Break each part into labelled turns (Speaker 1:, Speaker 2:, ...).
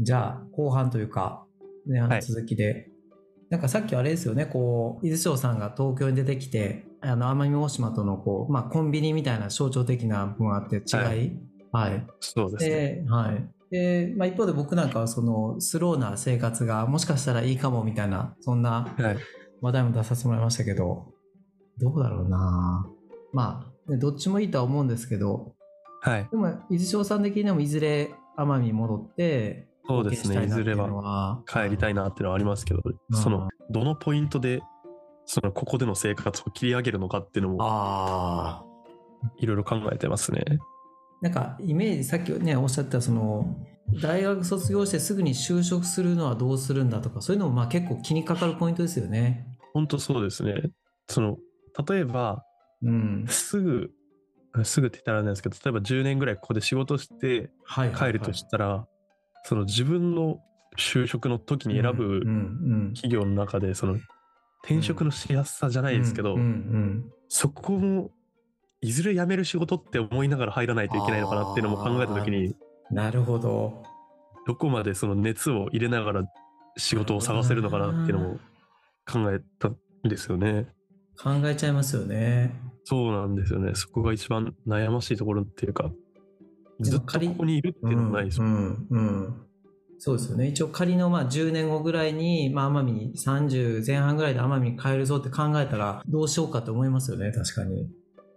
Speaker 1: じゃあ、後半というか、ね、あの
Speaker 2: はい
Speaker 1: 続きで、なんかさっきあれですよね、こう、伊豆翔さんが東京に出てきて、あの、奄美大島とのこう、まあ、コンビニみたいな象徴的な部分があって、違い。はい。
Speaker 2: そうですね。
Speaker 1: で、はい。で、まあ、一方で僕なんかは、その、スローな生活がもしかしたらいいかもみたいな、そんな
Speaker 2: はい。
Speaker 1: 話題も出させてもらいましたけど、どうだろうなまあ、ねどっちもいいとは思うんですけど、
Speaker 2: はい。
Speaker 1: でも、伊豆翔さん的にもいずれ奄美に戻って、
Speaker 2: そうですね。いずれは
Speaker 1: は
Speaker 2: 帰りたいなっていうのはありますけど、
Speaker 1: ん
Speaker 2: その、どのポイントで、その、ここでの生活を切り上げるのかっていうのも、
Speaker 1: ああ。
Speaker 2: いろいろ考えてますね。
Speaker 1: なんか、イメージ、さっきね、おっしゃった、その、大学卒業してすぐに就職するのはどうするんだとか、そういうのもまあ結構気にかかるポイントですよね。
Speaker 2: 本当そうですね。その、例えば、
Speaker 1: うん。
Speaker 2: すぐ、すぐって言ったらあれなんですけど、例えば10年ぐらいここで仕事して
Speaker 1: はいはいはい
Speaker 2: 帰るとしたら、その自分の就職の時に選ぶ
Speaker 1: うんうん
Speaker 2: 企業の中で、その、転職のしやすさじゃないですけど、
Speaker 1: うんうん
Speaker 2: そこも、いずれ辞める仕事って思いながら入らないといけないのかなっていうのも考えた時に、
Speaker 1: うんなるほど。
Speaker 2: どこまでその熱を入れながら仕事を探せるのかなっていうのも考えたんですよね。
Speaker 1: 考えちゃいますよね。
Speaker 2: そうなんですよね。そこが一番悩ましいところっていうか、
Speaker 1: でも
Speaker 2: ずっとこ
Speaker 1: 仮に
Speaker 2: こにいるっていうのもないです
Speaker 1: う
Speaker 2: もん
Speaker 1: んうんうんそうですよね。一応仮のまあ10年後ぐらいに、まあ奄美に30前半ぐらいで奄美に帰るぞって考えたらどうしようかって思いますよね、確かに。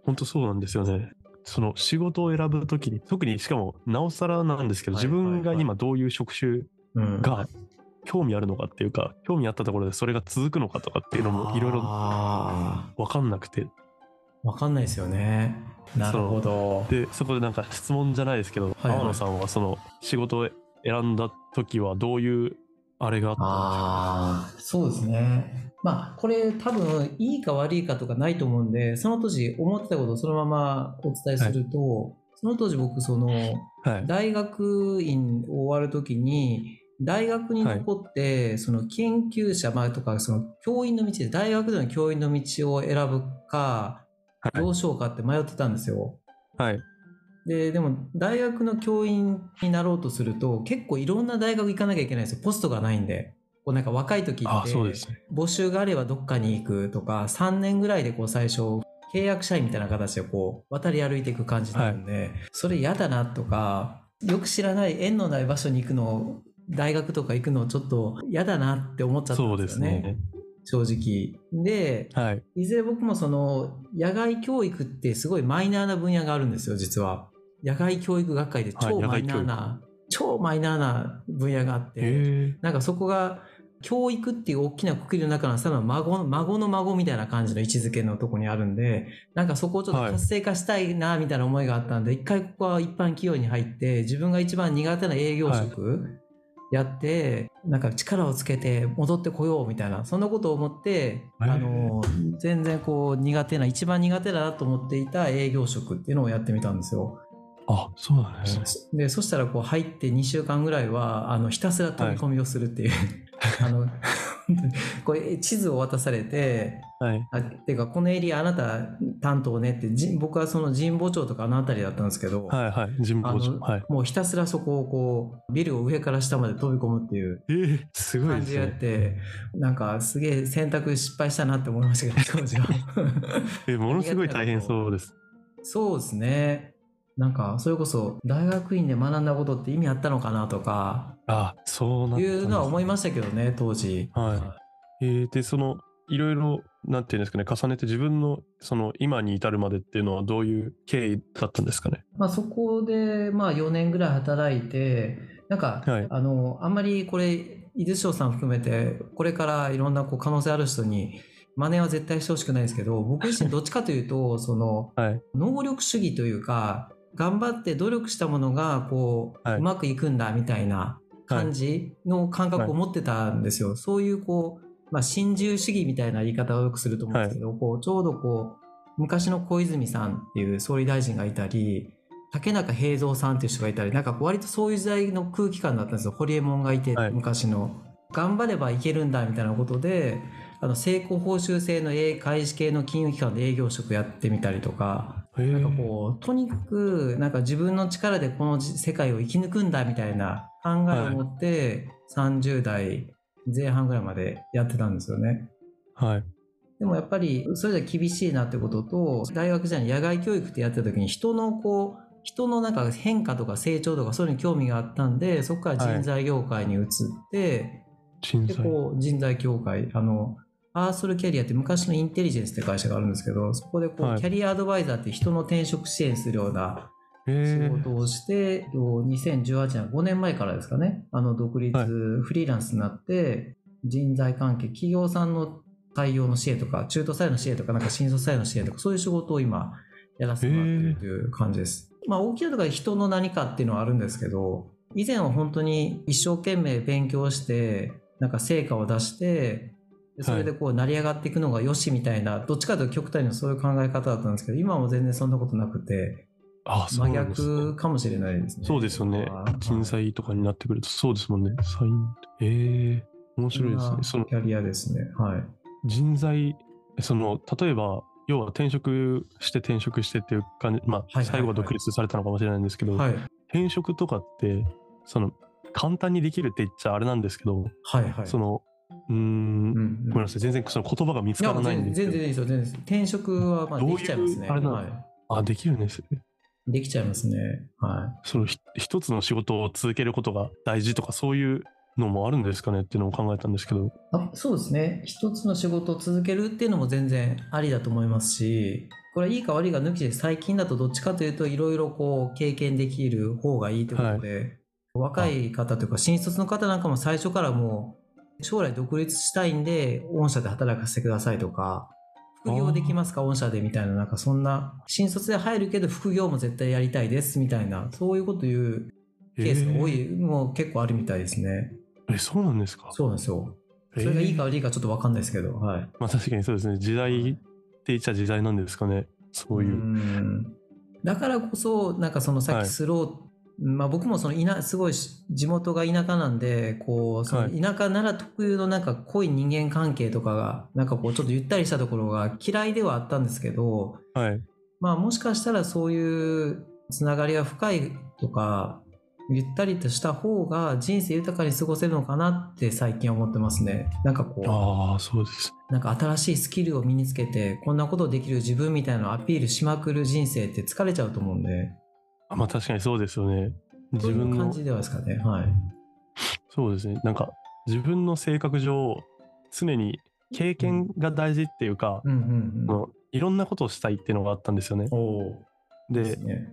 Speaker 2: 本当そうなんですよね。その仕事を選ぶときに、特にしかもなおさらなんですけど、
Speaker 1: はい
Speaker 2: 自分が今どういう職種
Speaker 1: うん。
Speaker 2: が興味あるのかっていうか、興味あったところでそれが続くのかとかっていうのもいろいろ
Speaker 1: あ
Speaker 2: 分かんなくて、
Speaker 1: ーわかんないですよね。なるほど。
Speaker 2: で、そこでなんか質問じゃないですけど、
Speaker 1: はいはい
Speaker 2: 天野さんはその仕事を選んだときはどういうあれがあったんですか
Speaker 1: ああ、そうですね。まあ、これ多分、いいか悪いかとかないと思うんで、その当時思ってたことをそのままお伝えすると、その当時僕、その、
Speaker 2: はい。
Speaker 1: 大学院を終わるときに、大学に残って、その研究者まあとか、その教員の道で、大学での教員の道を選ぶか、
Speaker 2: はい
Speaker 1: どうしようかって迷ってたんですよ。
Speaker 2: はい。
Speaker 1: で、でも、大学の教員になろうとすると、結構いろんな大学行かなきゃいけないんですよ。ポストがないんで。こうなんか若い時って、
Speaker 2: ああ、そうですね。
Speaker 1: 募集があればどっかに行くとか、3年ぐらいでこう最初、契約社員みたいな形でこう、渡り歩いていく感じになるんで、それ嫌だなとか、よく知らない縁のない場所に行くの、大学とか行くのちょっと嫌だなって思っちゃった
Speaker 2: そ
Speaker 1: ん
Speaker 2: う
Speaker 1: で
Speaker 2: ですす
Speaker 1: よね。
Speaker 2: ね。
Speaker 1: 正直。で、
Speaker 2: はい。
Speaker 1: いずれ僕もその野外教育ってすごいマイナーな分野があるんですよ実は野外教育学会で
Speaker 2: はい
Speaker 1: 超マイナーな、超マイナーな分野があって、
Speaker 2: へえ。
Speaker 1: なんかそこが教育っていう大きな括りの中のさらに孫の孫の孫みたいな感じの位置づけのとこにあるんでなんかそこをちょっと活性化したいなみたいな思いがあったんで、一回ここは一般企業に入って自分が一番苦手な営業職やって、なんか力をつけて戻ってこようみたいなそんなことを思って、
Speaker 2: はい
Speaker 1: あの全然こう苦手な一番苦手だなと思っていた営業職っていうのをやってみたんですよ。
Speaker 2: あ、そうなんですね。
Speaker 1: でそしたらこう入って2週間ぐらいはあのひたすら飛び込みをするっていう、 あの本当にこれ地図を渡されて
Speaker 2: はい。
Speaker 1: あていうかこのエリアあなた担当ねってじ僕はその神保町とかあの辺りだったんですけど、
Speaker 2: はいはい。人
Speaker 1: あ
Speaker 2: 工
Speaker 1: の
Speaker 2: 場。はい。
Speaker 1: もうひたすらそこをこうビルを上から下まで飛び込むっていう
Speaker 2: ええ、すごい
Speaker 1: 感
Speaker 2: で
Speaker 1: じ
Speaker 2: す
Speaker 1: がやっ
Speaker 2: ね。
Speaker 1: て、なんかすげえ選択失敗したなって思いましたけど当時 は。
Speaker 2: え、ものすごい大変そうです。
Speaker 1: そうですね。なんか、それこそ、大学院で学んだことって意味あったのかなとか、
Speaker 2: あ、そうなん
Speaker 1: い
Speaker 2: だ
Speaker 1: うのは思いましたけどね、当時。
Speaker 2: はえーで、その、いろいろ、なんていうんですかね、重ねて自分の、その、今に至るまでっていうのはどういう経緯だったんですかね。
Speaker 1: まあ、そこで、まあ、4年ぐらい働いて、なんか、
Speaker 2: はい
Speaker 1: あの、あんまりこれ、伊豆翔さん含めて、これからいろんなこう可能性ある人に、真似は絶対してほしくないですけど、僕自身どっちかという と、その、
Speaker 2: はい。
Speaker 1: 能力主義というか、頑張って努力したものが、こう、
Speaker 2: はいう
Speaker 1: まくいくんだ、みたいな感じの感覚を持ってたんですよ。そういう、こう、まあ、新自由主義みたいな言い方をよくすると思うんですけど、こう、ちょうどこう、昔の小泉さんっていう総理大臣がいたり、竹中平蔵さんっていう人がいたり、なんかこう割とそういう時代の空気感だったんですよ。ホリエモンがいて、
Speaker 2: はい
Speaker 1: 昔の。頑張ればいけるんだ、みたいなことで、あの、成功報酬制の営開始系の金融機関で営業職やってみたりとか、
Speaker 2: ええ
Speaker 1: なんかこう、とにかく、なんか自分の力でこのじ世界を生き抜くんだみたいな考えを持って30代前半ぐらいまでやってたんですよね。
Speaker 2: はい。
Speaker 1: でもやっぱりそれじゃ厳しいなってことと大学時代に野外教育ってやってた時に人のこう人のなんか変化とか成長とかそういうのに興味があったんでそこから人材業界に移って、
Speaker 2: 人
Speaker 1: で
Speaker 2: 材。
Speaker 1: こう人材業界あのアーソルキャリアって昔のインテリジェンスって会社があるんですけどそこでこう、
Speaker 2: はい
Speaker 1: キャリアアドバイザーって人の転職支援するような仕
Speaker 2: え
Speaker 1: 事をして、と2018年5年前からですかねあの独立、
Speaker 2: はい
Speaker 1: フリーランスになって人材関係企業さんの対応の支援とか中途採用の支援とかなんか新卒採用の支援とかそういう仕事を今やらせてもらってるという感じです、まあ大きなところは人の何かっていうのはあるんですけど以前は本当に一生懸命勉強してなんか成果を出してでそれでこう成り上がっていくのがよしみたいな、どっちかというと極端にそういう考え方だったんですけど今はもう全然そんなことなくて
Speaker 2: あ、そう
Speaker 1: 真
Speaker 2: なんですね、
Speaker 1: 逆かもしれないですね。
Speaker 2: そうですよね
Speaker 1: はい。
Speaker 2: 人材とかになってくると、そうですもんね。サイン。ええ面白いですね。その
Speaker 1: キャリアですね。はい。
Speaker 2: 人材、その、例えば、要は転職して転職してっていう感じ、ま
Speaker 1: はいはいは
Speaker 2: あ、
Speaker 1: い
Speaker 2: 最後は独立されたのかもしれないんですけど、
Speaker 1: はい。
Speaker 2: 転職とかって、その、簡単にできるって言っちゃあれなんですけど、
Speaker 1: はいはい。
Speaker 2: そ
Speaker 1: の、
Speaker 2: の、うーん、、
Speaker 1: うんん、
Speaker 2: ごめんなさい、全然その言葉が見つ
Speaker 1: い
Speaker 2: か
Speaker 1: や
Speaker 2: ら
Speaker 1: もう
Speaker 2: ないん
Speaker 1: 全然
Speaker 2: です
Speaker 1: 全
Speaker 2: けど、
Speaker 1: 然いいですよ、全然いいです。転職はまあ
Speaker 2: どうい
Speaker 1: でき
Speaker 2: う
Speaker 1: ちゃいますね。
Speaker 2: あれなの
Speaker 1: はい。
Speaker 2: あ、できるんですね。
Speaker 1: できちゃいますね。は
Speaker 2: そのひ一つの仕事を続けることが大事とかそういうのもあるんですかねっていうのを考えたんですけど
Speaker 1: い。あそうですね。一つの仕事を続けるっていうのも全然ありだと思いますし、これいいか悪いか抜きで最近だとどっちかというといろいろこう経験できる方がいいということで、若い方というか新卒の方なんかも最初からもう将来独立したいんで御社で働かせてくださいとか副業できますか御社でみたいななんかそんな新卒で入るけど副業も絶対やりたいですみたいなそういうこと言うケースが多
Speaker 2: え
Speaker 1: い、もう結構あるみたいですね
Speaker 2: ーえそうなんですか
Speaker 1: そうなんですよそ
Speaker 2: えー
Speaker 1: れがいいか悪いかちょっと分かんないですけどはい
Speaker 2: まあ確かにそうですね時代って言っちゃ時代なんですかねそういう、
Speaker 1: んだからこそなんかそのさっ
Speaker 2: はい
Speaker 1: きスロー、まあ、僕もその田すごいし地元が田舎なんでこうその
Speaker 2: はい
Speaker 1: 田舎なら特有のなんか濃い人間関係とかがなんかこうちょっとゆったりしたところが嫌いではあったんですけど、
Speaker 2: はい
Speaker 1: まあ、もしかしたらそういうつながりが深いとかゆったりとした方が人生豊かに過ごせるのかなって最近思ってますね。なんかこう
Speaker 2: ああそうです
Speaker 1: なんか新しいスキルを身につけてこんなことできる自分みたいなのをアピールしまくる人生って疲れちゃうと思うんで
Speaker 2: あまあ確かにそうですよね
Speaker 1: そ
Speaker 2: 自
Speaker 1: うい
Speaker 2: 分
Speaker 1: う感
Speaker 2: の
Speaker 1: じではですかねはい
Speaker 2: そうですねなんか自分の性格上常に経験が大事っていうか、
Speaker 1: うんうん
Speaker 2: あ
Speaker 1: うん
Speaker 2: のいろんなことをしたいっていうのがあったんですよね
Speaker 1: おお
Speaker 2: で
Speaker 1: ね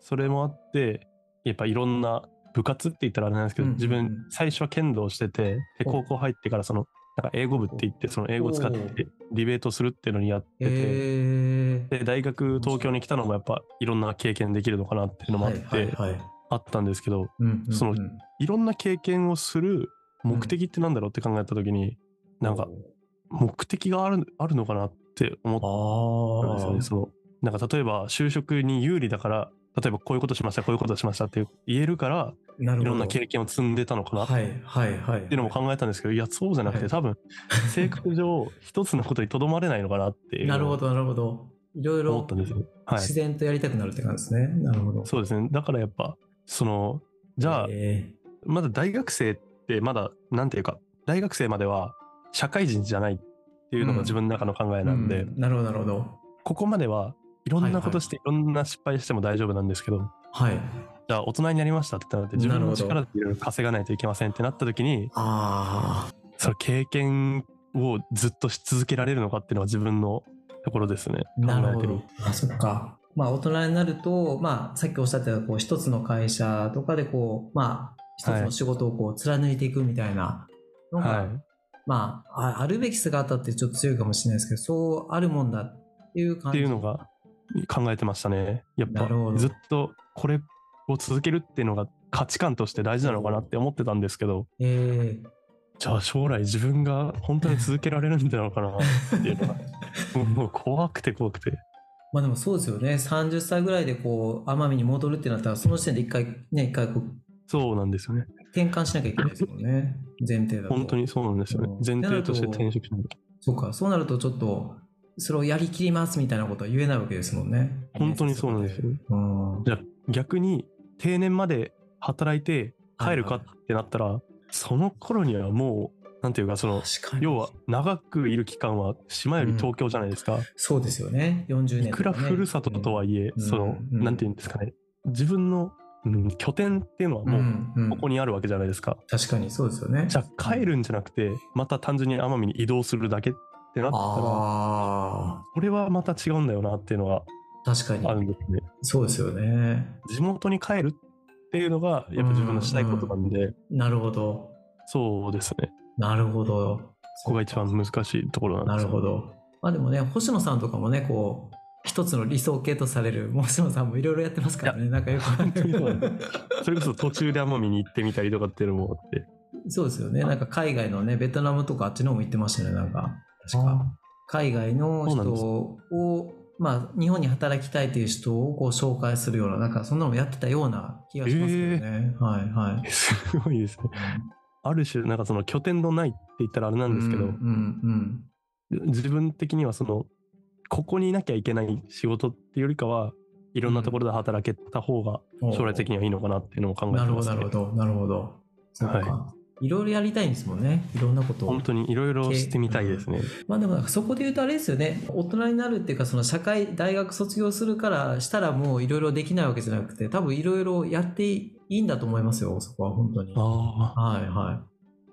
Speaker 2: それもあってやっぱいろんな部活って言ったらあれなんですけど、
Speaker 1: うんうんうん
Speaker 2: 自分最初は剣道しててで
Speaker 1: お
Speaker 2: 高校入ってからそのなんか英語部って言ってその英語使って
Speaker 1: おー
Speaker 2: ディベートするっていうのにやってて、
Speaker 1: へえ
Speaker 2: で大学東京に来たのもやっぱいろんな経験できるのかなっていうのもあって、
Speaker 1: はいはいはい
Speaker 2: あったんですけど
Speaker 1: うんうんうん
Speaker 2: そのいろんな経験をする目的ってなんだろうって考えた時に、なんか目的があるあるのかなって思った
Speaker 1: あ
Speaker 2: んですよ
Speaker 1: あ
Speaker 2: ね。そのなんか例えば就職に有利だから例えばこういうことしましたこういうことしましたって言えるから
Speaker 1: なるほど
Speaker 2: いろんな経験を積んでたのかなって
Speaker 1: はいはいはい
Speaker 2: いうのも考えたんですけどいやそうじゃなく
Speaker 1: は
Speaker 2: て
Speaker 1: い
Speaker 2: 多分性格上一つのことにとどまれないのかなってい う
Speaker 1: なる
Speaker 2: の
Speaker 1: ほ
Speaker 2: を
Speaker 1: どなるほどいろい
Speaker 2: 思
Speaker 1: ろ
Speaker 2: ったんですよ。はい、
Speaker 1: 自然とやりたくなるって感じですねなるほど
Speaker 2: そうですねだからやっぱそのじゃあ
Speaker 1: へ
Speaker 2: まだ大学生ってまだなんていうか大学生までは社会人じゃないっていうの
Speaker 1: うん
Speaker 2: が自分の中の考え
Speaker 1: え
Speaker 2: なんで、
Speaker 1: うなるほどなるほど
Speaker 2: ここまではいろんなことしていろんな失敗しても大丈夫なんですけど、
Speaker 1: はい
Speaker 2: じゃあ大人になりましたってなって自分の力でいろいろ稼がないといけませんってなった時に
Speaker 1: ああ
Speaker 2: その経験をずっとし続けられるのかっていうのは自分のところですね。
Speaker 1: なるほ
Speaker 2: 考
Speaker 1: ど。あ、そっか。まあ、大人になると、まあ、さっきおっしゃったようなこう、一つの会社とかで、こう、まあ、一つ
Speaker 2: は
Speaker 1: の
Speaker 2: い
Speaker 1: 仕事をこう、貫いていくみたいなの
Speaker 2: え
Speaker 1: が、
Speaker 2: てるはい。
Speaker 1: まあ、ああるべき姿ってちょっと強いかもしれないですけど、そうあるもんだっていう
Speaker 2: っ
Speaker 1: 感
Speaker 2: て
Speaker 1: じ。
Speaker 2: いうのが考えてましたね。やっ
Speaker 1: な
Speaker 2: ぱ
Speaker 1: るほど
Speaker 2: ずっとこれを続けるっていうのが価値観として大事なのかなって思ってたんですけど、
Speaker 1: え
Speaker 2: じゃあ将来自分が本当に続けられるんだろうかなっていうのが
Speaker 1: ー
Speaker 2: もうもう怖くて怖くて。
Speaker 1: まあでもそうですよね。30歳ぐらいでこう、奄美に戻るってなったら、その時点で一回、ね、一回こう、
Speaker 2: そうなんですよね。
Speaker 1: 転換しなきゃいけないですもんね。前提だと。
Speaker 2: 本当にそうなんですよね。
Speaker 1: うん
Speaker 2: 前提として転職しない
Speaker 1: そうか、そうなるとちょっと、それをやりきりますみたいなことは言えないわけですもんね。
Speaker 2: 本当にそうなんですよね。
Speaker 1: うん。
Speaker 2: 逆に定年まで働いて帰るかってなったら、その頃にはもう、なんていうか、その、
Speaker 1: 確かに。
Speaker 2: 要は、長くいる期間は島より東京じゃないですか。
Speaker 1: そうですよね。40年、ね。
Speaker 2: いくらふるさととはいえ、
Speaker 1: うん
Speaker 2: その、
Speaker 1: うん
Speaker 2: なんていうんですかね、自分の、うん拠点っていうのは
Speaker 1: うん、
Speaker 2: も
Speaker 1: うんう
Speaker 2: う、
Speaker 1: ん
Speaker 2: ここにあるわけじゃないですか。
Speaker 1: 確かにそうですよね。
Speaker 2: じゃあ、帰るんじゃなくて、また単純に奄美に移動するだけってなったら、
Speaker 1: あ
Speaker 2: これはまた違うんだよなっていうのが
Speaker 1: あ、確かに
Speaker 2: あ。るんですね。
Speaker 1: そうですよね。
Speaker 2: 地元に帰るっていうのが、やっぱ自分のしたいことなんで、
Speaker 1: なるほど。
Speaker 2: そうですね。
Speaker 1: なるほど。
Speaker 2: ここが一番難しいところなん
Speaker 1: な
Speaker 2: です
Speaker 1: るほど。まあでもね、星野さんとかもね、こう、一つの理想系とされる星野さんもいろいろやってますからね、なんかよくわかんない
Speaker 2: 本当にそうなんでそれこそ途中で奄美に行ってみたりとかっていうのもあって。
Speaker 1: そうですよね、なんか海外のね、ベトナムとかあっちの方も行ってましたね、なんか。確か。海外の
Speaker 2: そうなん
Speaker 1: 人
Speaker 2: です
Speaker 1: を、まあ、日本に働きたいという人をこう紹介するような、なんかそんなのやってたような気がしますけどね。はいは
Speaker 2: あー すごいですね。
Speaker 1: い。
Speaker 2: ある種、なんかその拠点のないって言ったらあれなんですけ
Speaker 1: う
Speaker 2: ど、
Speaker 1: んうん
Speaker 2: 自分的にはその、ここにいなきゃいけない仕事っていうよりかは、いろんなところで働けた方が
Speaker 1: うん。
Speaker 2: 将来的にはいいのかなっていうのを考えて
Speaker 1: なるほど、
Speaker 2: ます、
Speaker 1: なるほ
Speaker 2: ね。
Speaker 1: ど、なるほど。そうか。、
Speaker 2: はい
Speaker 1: ろいろやりたいんですもんね。いろんなことを。
Speaker 2: 本当にいろいろしてみたいですね。
Speaker 1: まあでもなんかそこで言うとあれですよね。大人になるっていうか、その社会、大学卒業するからしたらもういろいろできないわけじゃなくて、多分いろいろやっていいんだと思いますよ、そこは本当に。はい
Speaker 2: ああ、
Speaker 1: は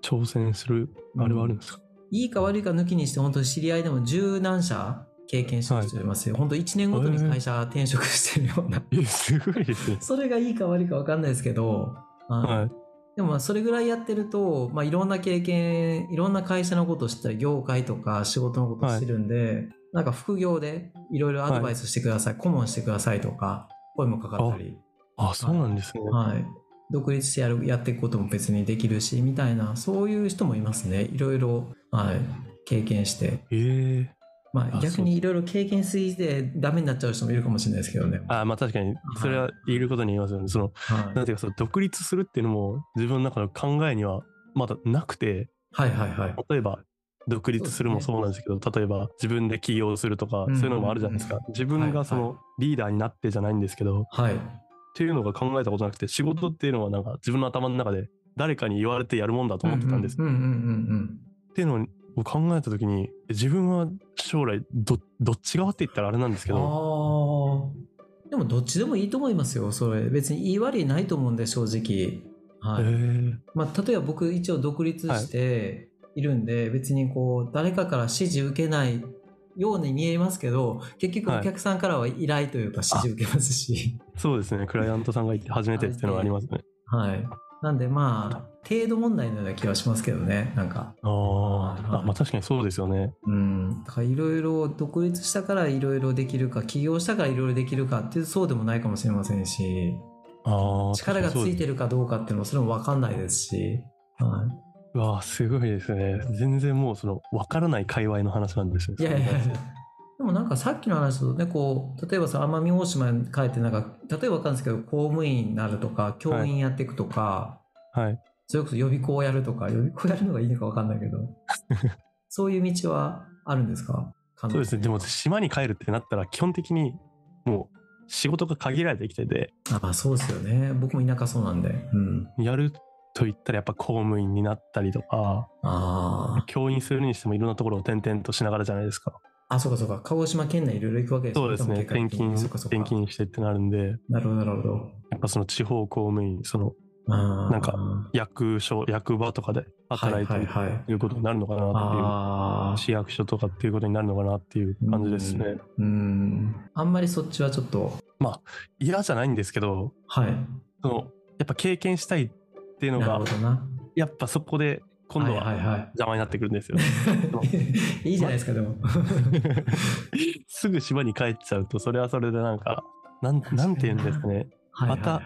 Speaker 2: 挑戦する、あれはあるんですか、
Speaker 1: い。いいか悪いか抜きにして、本当に知り合いでも十何社経験してる人いますよ。本当1年ごとに会社転職してるような。
Speaker 2: え、すごいですね。
Speaker 1: それがいいか悪いか分かんないですけど、はい
Speaker 2: はい。
Speaker 1: でもまあそれぐらいやってると、まあ、いろんな経験いろんな会社のことを知ったり業界とか仕事のことを知るんで、なんか副業でいろいろアドバイスしてください、顧問してくださいとか声もかかったり、
Speaker 2: あ、そうなんですね。
Speaker 1: はい、独立してやるやっていくことも別にできるしみたいなそういう人もいますねいろいろ、はい、経験して、
Speaker 2: ええ
Speaker 1: まあ、
Speaker 2: あ
Speaker 1: 逆にいろいろ経験しすぎてダメになっちゃう人もいるかもしれないですけどね。
Speaker 2: あまあ確かに、それは言えることに言いますよね。その、
Speaker 1: はい
Speaker 2: なんていうか、その独立するっていうのも、自分の中の考えにはまだなくて、
Speaker 1: はいはいはい。
Speaker 2: 例えば、独立するもそうなんですけど、例えば自分で起業するとか、
Speaker 1: うん
Speaker 2: そういうのもあるじゃないですか。自分がそ
Speaker 1: はい
Speaker 2: のリーダーになってじゃないんですけど、っ
Speaker 1: はい。
Speaker 2: ていうのが考えたことなくて、仕事っていうのはなんか自分の頭の中で誰かに言われてやるもんだと思ってたんです。
Speaker 1: うんうんうんうん
Speaker 2: っていうのを考えた時に、自分は将来ど、どっち側って言ったらあれなんですけ
Speaker 1: ああ
Speaker 2: ど、
Speaker 1: ーでもどっちでもいいと思いますよそれ別に言い悪いないと思うんで正直、はい
Speaker 2: へー
Speaker 1: まあ、例えば僕一応独立しているんで、別にこう誰かから指示受けないように見えますけど結局
Speaker 2: はい
Speaker 1: お客さんからは依頼というか指示受けますし、
Speaker 2: そうですね、クライアントさんがいて初めてっていうのはありますね。
Speaker 1: はいなんでまあ程度問題のような気はしますけどねなんか
Speaker 2: あー
Speaker 1: はい
Speaker 2: あ、まあ確かにそうですよね。
Speaker 1: うんだからいろいろ独立したからいろいろできるか起業したからいろいろできるかっていうとそうでもないかもしれませんし
Speaker 2: ああ、
Speaker 1: 力がつい
Speaker 2: る。
Speaker 1: てるかどうかっていうのもそれも分かんないですし、は
Speaker 2: うわあ、すごいですね。全然もうその分からない界隈の話なんですよ。
Speaker 1: い、いやいやいやでもなんかさっきの話だとねこう例えばさ奄美大島に帰ってなんか例えば分かんないですけど公務員になるとか教員やっていくとか、
Speaker 2: はい。
Speaker 1: それこそ予備校やるとか予備校やるのがいいのか分かんない けどそういう道はあるんですか
Speaker 2: そうですね。でも島に帰るってなったら基本的にもう仕事が限られてきてて、
Speaker 1: あそうですよね僕も田舎そうなんで、うん、
Speaker 2: やると言ったらやっぱ公務員になったりとか、
Speaker 1: あー
Speaker 2: 教員するにしてもいろんなところを転々としながらじゃないですか。
Speaker 1: あそうかそうか鹿児島県内いろいろ行くわけです
Speaker 2: そうですね。
Speaker 1: 多分結果的
Speaker 2: 転勤、
Speaker 1: にそうかそうか
Speaker 2: 転勤してってなるんで、
Speaker 1: なるほどなるほど
Speaker 2: やっぱその地方公務員、その
Speaker 1: な
Speaker 2: なんか役所、役場とかで働いて
Speaker 1: はい
Speaker 2: る
Speaker 1: はいはい
Speaker 2: ということになるのかなっていう。
Speaker 1: あー
Speaker 2: 市役所とかっていうことになるのかなっていう感じですね。
Speaker 1: うんあんまりそっちはちょっと
Speaker 2: 嫌じゃないんですけど、
Speaker 1: はい
Speaker 2: そのやっぱ経験したいっていうの
Speaker 1: なる
Speaker 2: が
Speaker 1: ほ、どな
Speaker 2: やっぱそこで今度はい
Speaker 1: は
Speaker 2: 邪魔になってくるんで すよ。
Speaker 1: いいいじゃないですかでも
Speaker 2: すぐ島に帰っちゃうと、それはそれでなんか、なん
Speaker 1: にな
Speaker 2: なんて言うんですかね。
Speaker 1: はいはいはい
Speaker 2: また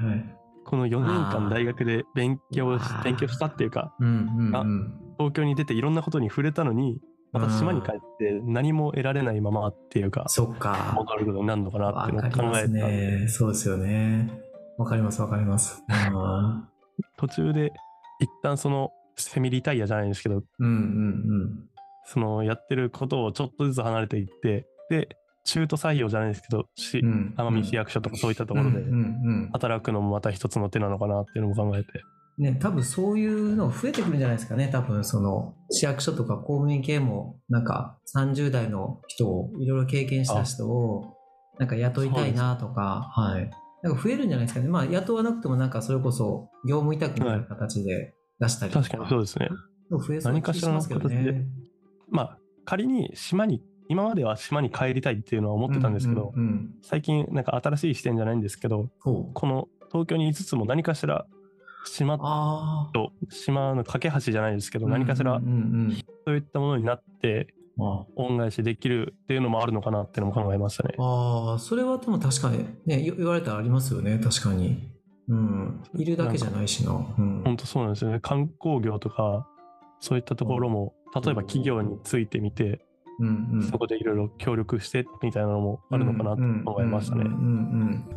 Speaker 2: この4年間大学で勉強し
Speaker 1: あー
Speaker 2: 勉強したっていうか、
Speaker 1: うんうん
Speaker 2: あ
Speaker 1: うん
Speaker 2: 東京に出ていろんなことに触れたのに、また島に帰
Speaker 1: う
Speaker 2: っ
Speaker 1: ん
Speaker 2: て何も得られないままっていうか、
Speaker 1: そっか
Speaker 2: 戻ることになるのかなっ
Speaker 1: わ
Speaker 2: ていうの
Speaker 1: か
Speaker 2: を
Speaker 1: り
Speaker 2: 考
Speaker 1: ま
Speaker 2: えた
Speaker 1: す
Speaker 2: んで。
Speaker 1: ねそうですよねわかりますわかり ますあ
Speaker 2: 途中で一旦そのセミリタイヤじゃないですけど
Speaker 1: ーうんうん
Speaker 2: そのやってることをちょっとずつ離れていってで中途採用じゃないですけどし
Speaker 1: うんうん
Speaker 2: 奄美市役所とかそういったところで
Speaker 1: うんうんうん
Speaker 2: 働くのもまた一つの手なのかなっていうのも考えて
Speaker 1: ね、多分そういうの増えてくるんじゃないですかね。多分その市役所とか公務員系もなんか30代の人をいろいろ経験した人をなんか雇いたいなとか、はい。なんか増えるんじゃないですかね。まあ雇わなくてもなんかそれこそ業務委託みたいな形で出したりと
Speaker 2: 確かにそうですね。
Speaker 1: 増えそうな気がしますけど
Speaker 2: 何かしらの
Speaker 1: ね。
Speaker 2: まあ、仮に島に、今までは島に帰りたいっていうのは思ってたんですけど、
Speaker 1: うんうんうん
Speaker 2: 最近、なんか新しい視点じゃないんですけど、
Speaker 1: ほう
Speaker 2: この東京にいつつも何かしら島
Speaker 1: あ
Speaker 2: と島の架け橋じゃないですけ
Speaker 1: あ。
Speaker 2: ど、何かし
Speaker 1: う
Speaker 2: ら
Speaker 1: んうんうん
Speaker 2: そういったものになって
Speaker 1: あ
Speaker 2: 恩返しできるっていうのもあるのかなっていうのも考えましたね。
Speaker 1: ああ、それはでも確かにね、言言われたらありますよね。確かに。うん。いるだけじゃないしな。うん
Speaker 2: 本当そうなんですよね。観光業とかそういったところも例えば企業についてみて、
Speaker 1: うんうん
Speaker 2: そこでいろいろ協力してみたいなのもあるのかなと思いましたね
Speaker 1: うんうん。うんう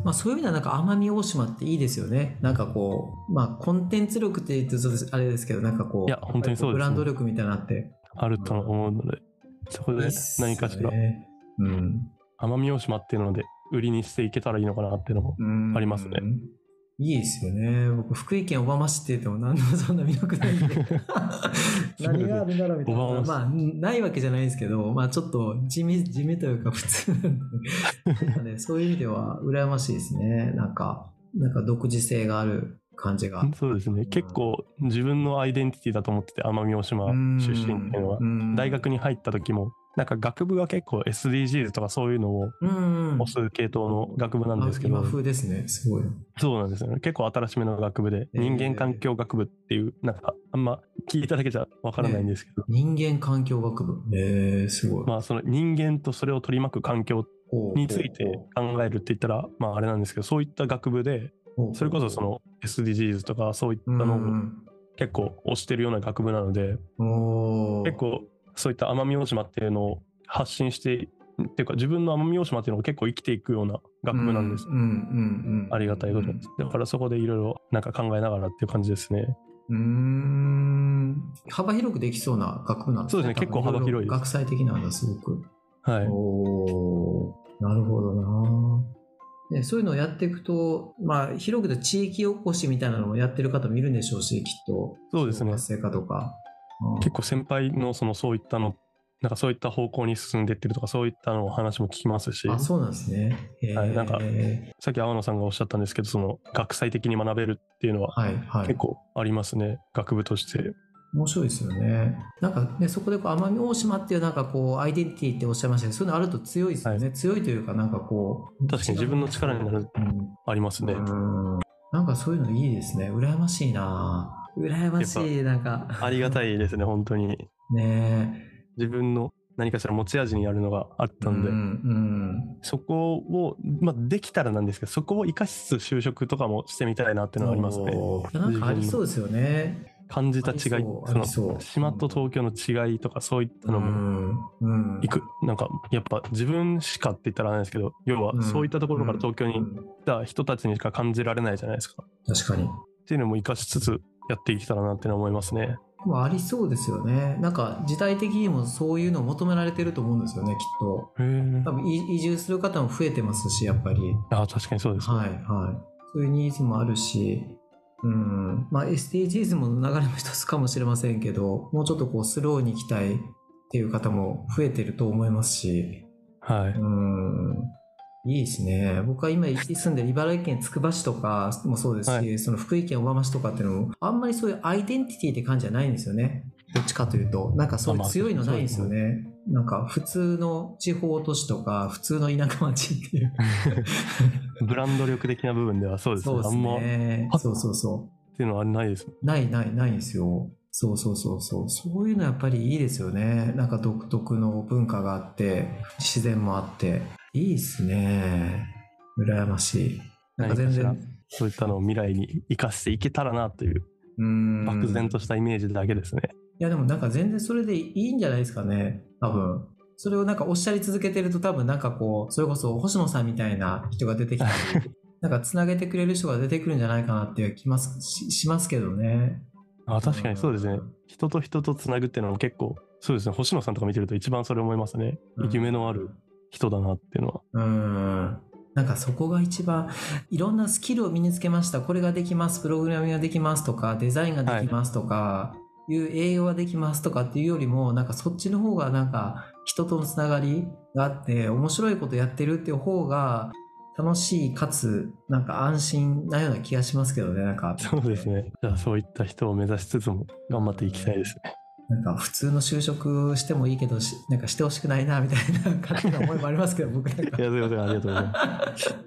Speaker 1: んまあ、そういう意味ではなんか奄美大島っていいですよね。なんかこう、まあ、コンテンツ力って言うとちょっとあれですけど、なんかこう、
Speaker 2: いや本当にそうですね
Speaker 1: ブランド力みたいなのあって。
Speaker 2: あると思うのでそこ
Speaker 1: いい
Speaker 2: で
Speaker 1: っすよね
Speaker 2: 何かしら
Speaker 1: うん。
Speaker 2: 奄美大島っていうので売りにしていけたらいいのかなっていうのも
Speaker 1: うん
Speaker 2: ありますね。
Speaker 1: いいですよね。僕、福井県小浜市って言っても何のそんな魅力ないんで。 何があるんだろうみたい
Speaker 2: 小
Speaker 1: な。
Speaker 2: 浜市
Speaker 1: まあ、ないわけじゃないですけど、まあ、ちょっと地味、地味というか普通なんで。なん かね、そういう意味では羨ましいですね。なんか、なんか独自性がある感じが。
Speaker 2: そうですね結構自分のアイデンティティだと思ってて奄美大島出身っていうのは大学に入った時もなんか学部が結構 SDGs とかそういうのを
Speaker 1: も
Speaker 2: 推す系統の学部なんですけ
Speaker 1: 今
Speaker 2: ど
Speaker 1: 風ですね、すごい。
Speaker 2: そうなんですよね結構新しめの学部で
Speaker 1: えー
Speaker 2: 人間環境学部っていうなんかあんま聞いただけじゃわからないんですけど
Speaker 1: 人間環境学部。えー、すごい。
Speaker 2: まあその人間とそれを取り巻く環境
Speaker 1: ほう
Speaker 2: について考えるって言ったらまああれなんですけどそういった学部で
Speaker 1: ほうほう
Speaker 2: それこそその SDGs とかそういった
Speaker 1: うん
Speaker 2: のを結構推してるような学部なので
Speaker 1: おー
Speaker 2: 結構そういった奄美大島っていうのを発信してっていうか自分の奄美大島っていうのを結構生きていくような学部なんです、
Speaker 1: うんうんうんうん
Speaker 2: ありがたいことに、だからそこでいろいろなんか考えながらっていう感じですね
Speaker 1: うーん幅広くできそうな学部なんですね
Speaker 2: そうですね結構幅広いです
Speaker 1: 学際的なんだすごく、
Speaker 2: はい
Speaker 1: おーなるほどなでそういうのをやっていくと、まあ、広くて地域おこしみたいなのもやってる方もいるんでしょうしきっと
Speaker 2: そうですね
Speaker 1: 活性化とか、うん
Speaker 2: 結構先輩のそのそういったのなんかそういった方向に進んでってるとかそういったのお話も聞きますし
Speaker 1: あそうなんですねへー
Speaker 2: はいなんかさっき天野さんがおっしゃったんですけどその学際的に学べるっていうのは
Speaker 1: はいはい
Speaker 2: 結構ありますね、学部として
Speaker 1: 面白いですよね。なんかね、そこでこう奄美大島っていうなんかこう、アイデンティティっておっしゃいましたけど、そういうのあると強いですよね。強いというか、なんかこう。
Speaker 2: 確かに自分の力になるありますね、
Speaker 1: うん。うんなんかそういうのいいですね。羨ましいな羨ましい、なんか。
Speaker 2: ありがたいですね本当に
Speaker 1: ね
Speaker 2: 自分の何かしら持ち味にやるのがあっ
Speaker 1: え。
Speaker 2: たんで、
Speaker 1: うんうん。
Speaker 2: そこを、まあ、できたらなんですけどそこを生かしつつ就職とかもしてみたいなっていうのはありますね
Speaker 1: おーなんかありそうですよね。
Speaker 2: 感じた違い
Speaker 1: ありそうありそう
Speaker 2: の島と東京の違いとかそういった
Speaker 1: う
Speaker 2: のも
Speaker 1: ん。うん
Speaker 2: いく、なんかやっぱ自分しかって言ったらあれなんですけど要はそういったところから東京に
Speaker 1: う
Speaker 2: 行
Speaker 1: ん
Speaker 2: った人たちにしか感じられないじゃないですか、
Speaker 1: 確かに。
Speaker 2: っていうのも生かしつつやっていけたらなっていうのは思いますね
Speaker 1: まあ、ありそうですよね。なんか、時代的にもそういうのを求められてると思うんですよね、きっと。多分い移住する方も増えてますしやっぱり
Speaker 2: あ確かにそうです、
Speaker 1: はいはいそういうニーズもあるしうんまあ SDGs も流れの一つかもしれませんけどもうちょっとこうスローに行きたいっていう方も増えてると思いますし
Speaker 2: はい
Speaker 1: うんいいですね僕は今住んでる茨城県つくば市とかもそうですし、
Speaker 2: は
Speaker 1: その福井県小浜市とかっていうのもあんまりそういうアイデンティティって感じじゃないんですよねどっちかというとなんかそういう
Speaker 2: まあ
Speaker 1: 強いのないんですよねなんか普通の地方都市とか普通の田舎町っていう
Speaker 2: ブランド力的な部分ではそうですね
Speaker 1: そうです
Speaker 2: あんまっ
Speaker 1: ねそうそうそう
Speaker 2: ていうのはないですね
Speaker 1: ないないないんですよ。そうそうそうそう。そういうのやっぱりいいですよね。なんか独特の文化があって、自然もあって。いいっすね。羨ましい。なんか全
Speaker 2: 何
Speaker 1: 然
Speaker 2: か。そういったのを未来に生かしていけたらなという
Speaker 1: うーん
Speaker 2: 漠然としたイメージだけですね、
Speaker 1: いやでもなんか全然それでいいんじゃないですかね。多分。それをなんかおっしゃり続けてると多分なんかこう、それこそ星野さんみたいな人が出てきたり、 なんかつなげてくれる人が出てくるんじゃないかなっていう気ますししますけどね。
Speaker 2: あ確かにそうですね、
Speaker 1: ん
Speaker 2: 人と人とつなぐっていうのも結構そうですね星野さんとか見てると一番それ思いますね、
Speaker 1: うん
Speaker 2: 夢のある人だなっていうのは
Speaker 1: うん。なんかそこが一番いろんなスキルを身につけましたこれができますプログラミングができますとかデザインができますとか、いう栄養ができますとかっていうよりもなんかそっちの方がなんか人とのつながりがあって面白いことやってるっていう方が楽しいかつなんか安心なような気がしますけどねなんか
Speaker 2: そうですねじゃあそういった人を目指しつつも頑張っていきたいですね
Speaker 1: なんか普通の就職してもいいけどしなんかしてほしくないなみたいな勝手な思いもありますけど僕なんか
Speaker 2: いやすいませんありがとうございます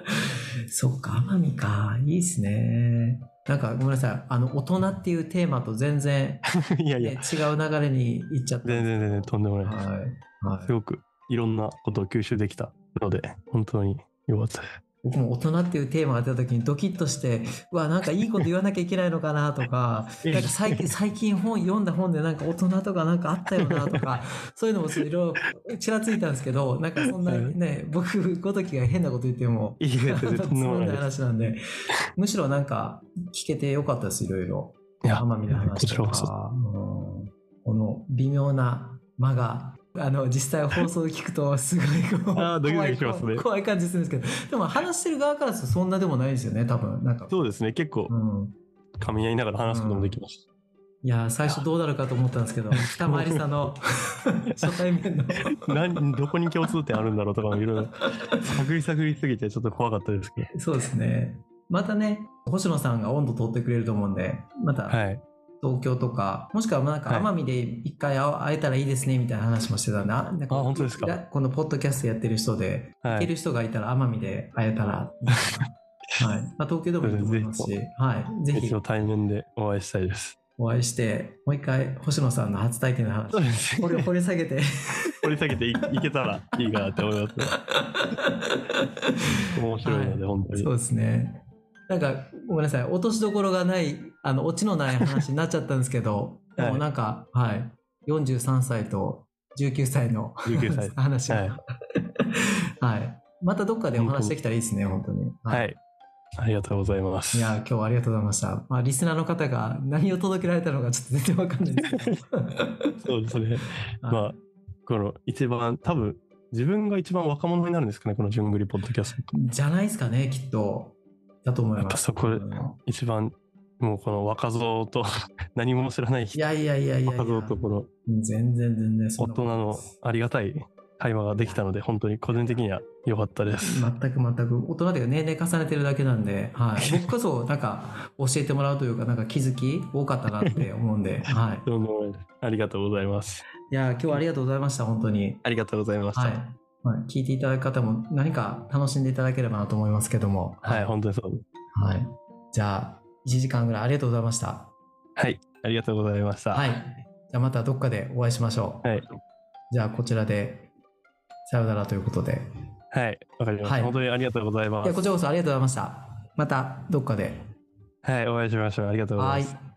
Speaker 1: そっか奄美かいいっすねなんかごめんなさいあの大人っていうテーマと全然、
Speaker 2: ね、いやいや違
Speaker 1: う流れにいっちゃって
Speaker 2: 全然全然とんでもないです、はいはい、すごくいろんなことを吸収できたので本当によかったです
Speaker 1: 僕も大人っていうテーマが出た時にドキッとしてうわなんかいいこと言わなきゃいけないのかなとかなんか最近最近本読んだ本でなんか大人とかなんかあったよなとかそういうのもいろいろちらついたんですけどなんかそんなね僕ごときが変なこと言っても
Speaker 2: いいやつ
Speaker 1: つまんない話なんでむしろなんか聞けてよかったですいろいろ奄美の話とか、うん、この微妙な間があの実際放送を聞くとすごいこう
Speaker 2: あドキドキしますね
Speaker 1: 怖い感じするんですけどでも話してる側からするとそんなでもないですよね多分なんか
Speaker 2: そうですね結構、うん、噛み合いながら話すこともできま した、うん
Speaker 1: いや最初どうなるかと思ったんですけど北回りさんの初対 面の
Speaker 2: 何どこに共通点あるんだろうとかもいろいろ探り探りすぎてちょっと怖かったですけど
Speaker 1: そうですねまたね星野さんが温度取ってくれると思うんでまた、
Speaker 2: はい、、
Speaker 1: 東京とか、もしくはなんか奄美で一回会えたらいいですねみたいな話もしてたんで、はい
Speaker 2: あ本当ですか
Speaker 1: このポッドキャストやってる人で、はい、行ける人がいたら奄美で会えたら、 はいまあ、東京でもいいと思いますし、はい、
Speaker 2: ぜひ。対面でお会いしたいです。
Speaker 1: お会いして、もう一回星野さんの初体験の 話、これを掘り下げて
Speaker 2: 掘り下げていけたらいいかなって思います。面白いので、はい、本当に。
Speaker 1: そうですね。なんかごめんなさい落としどころがないあのオチのない話になっちゃったんですけ ど、でもなんか、はい、はい、43歳と19歳の話
Speaker 2: はい、
Speaker 1: はい、またどっかでお話できたらいいですね本当に、
Speaker 2: はい、はい、ありがとうございます
Speaker 1: いや今日はありがとうございました、まあ、リスナーの方が何を届けられたのかちょっと全然わかんないですけど
Speaker 2: そうですね、まあこの一番多分自分が一番若者になるんですかねこのジュングリポッドキャスト
Speaker 1: じゃないですかねきっとだと思います。
Speaker 2: そこ、一番、もうこの若造と 何も知らない人。
Speaker 1: いやいやいやいや
Speaker 2: 若造とこの、
Speaker 1: 全然全然
Speaker 2: 大人のありがたい会話ができたので、本当に個人的には良かったです。
Speaker 1: 全く全く。大人で年齢重ねてるだけなんで、はい。 僕こそ、なんか、教えてもらうというか、なんか気づき多かったなって思うんで、はい。
Speaker 2: どうも、ありがとうございます。
Speaker 1: いや、今日はありがとうございました、本当に。
Speaker 2: ありがとうございました。はい
Speaker 1: まあ、聞いていただく方も何か楽しんでいただければなと思いますけども。
Speaker 2: はい、はい、本当にそうです。
Speaker 1: はい。じゃあ、1時間ぐらいありがとうございました。
Speaker 2: はい、ありがとうございました。
Speaker 1: はい。じゃあ、またどっかでお会いしましょう。
Speaker 2: はい。
Speaker 1: じゃあ、こちらで、さよならということで。
Speaker 2: はい、わかりました、はい。本当にありがとうございます。
Speaker 1: いや、こちらこそありがとうございました。またどっかで。
Speaker 2: はい、お会いしましょう。ありがとうございます。はい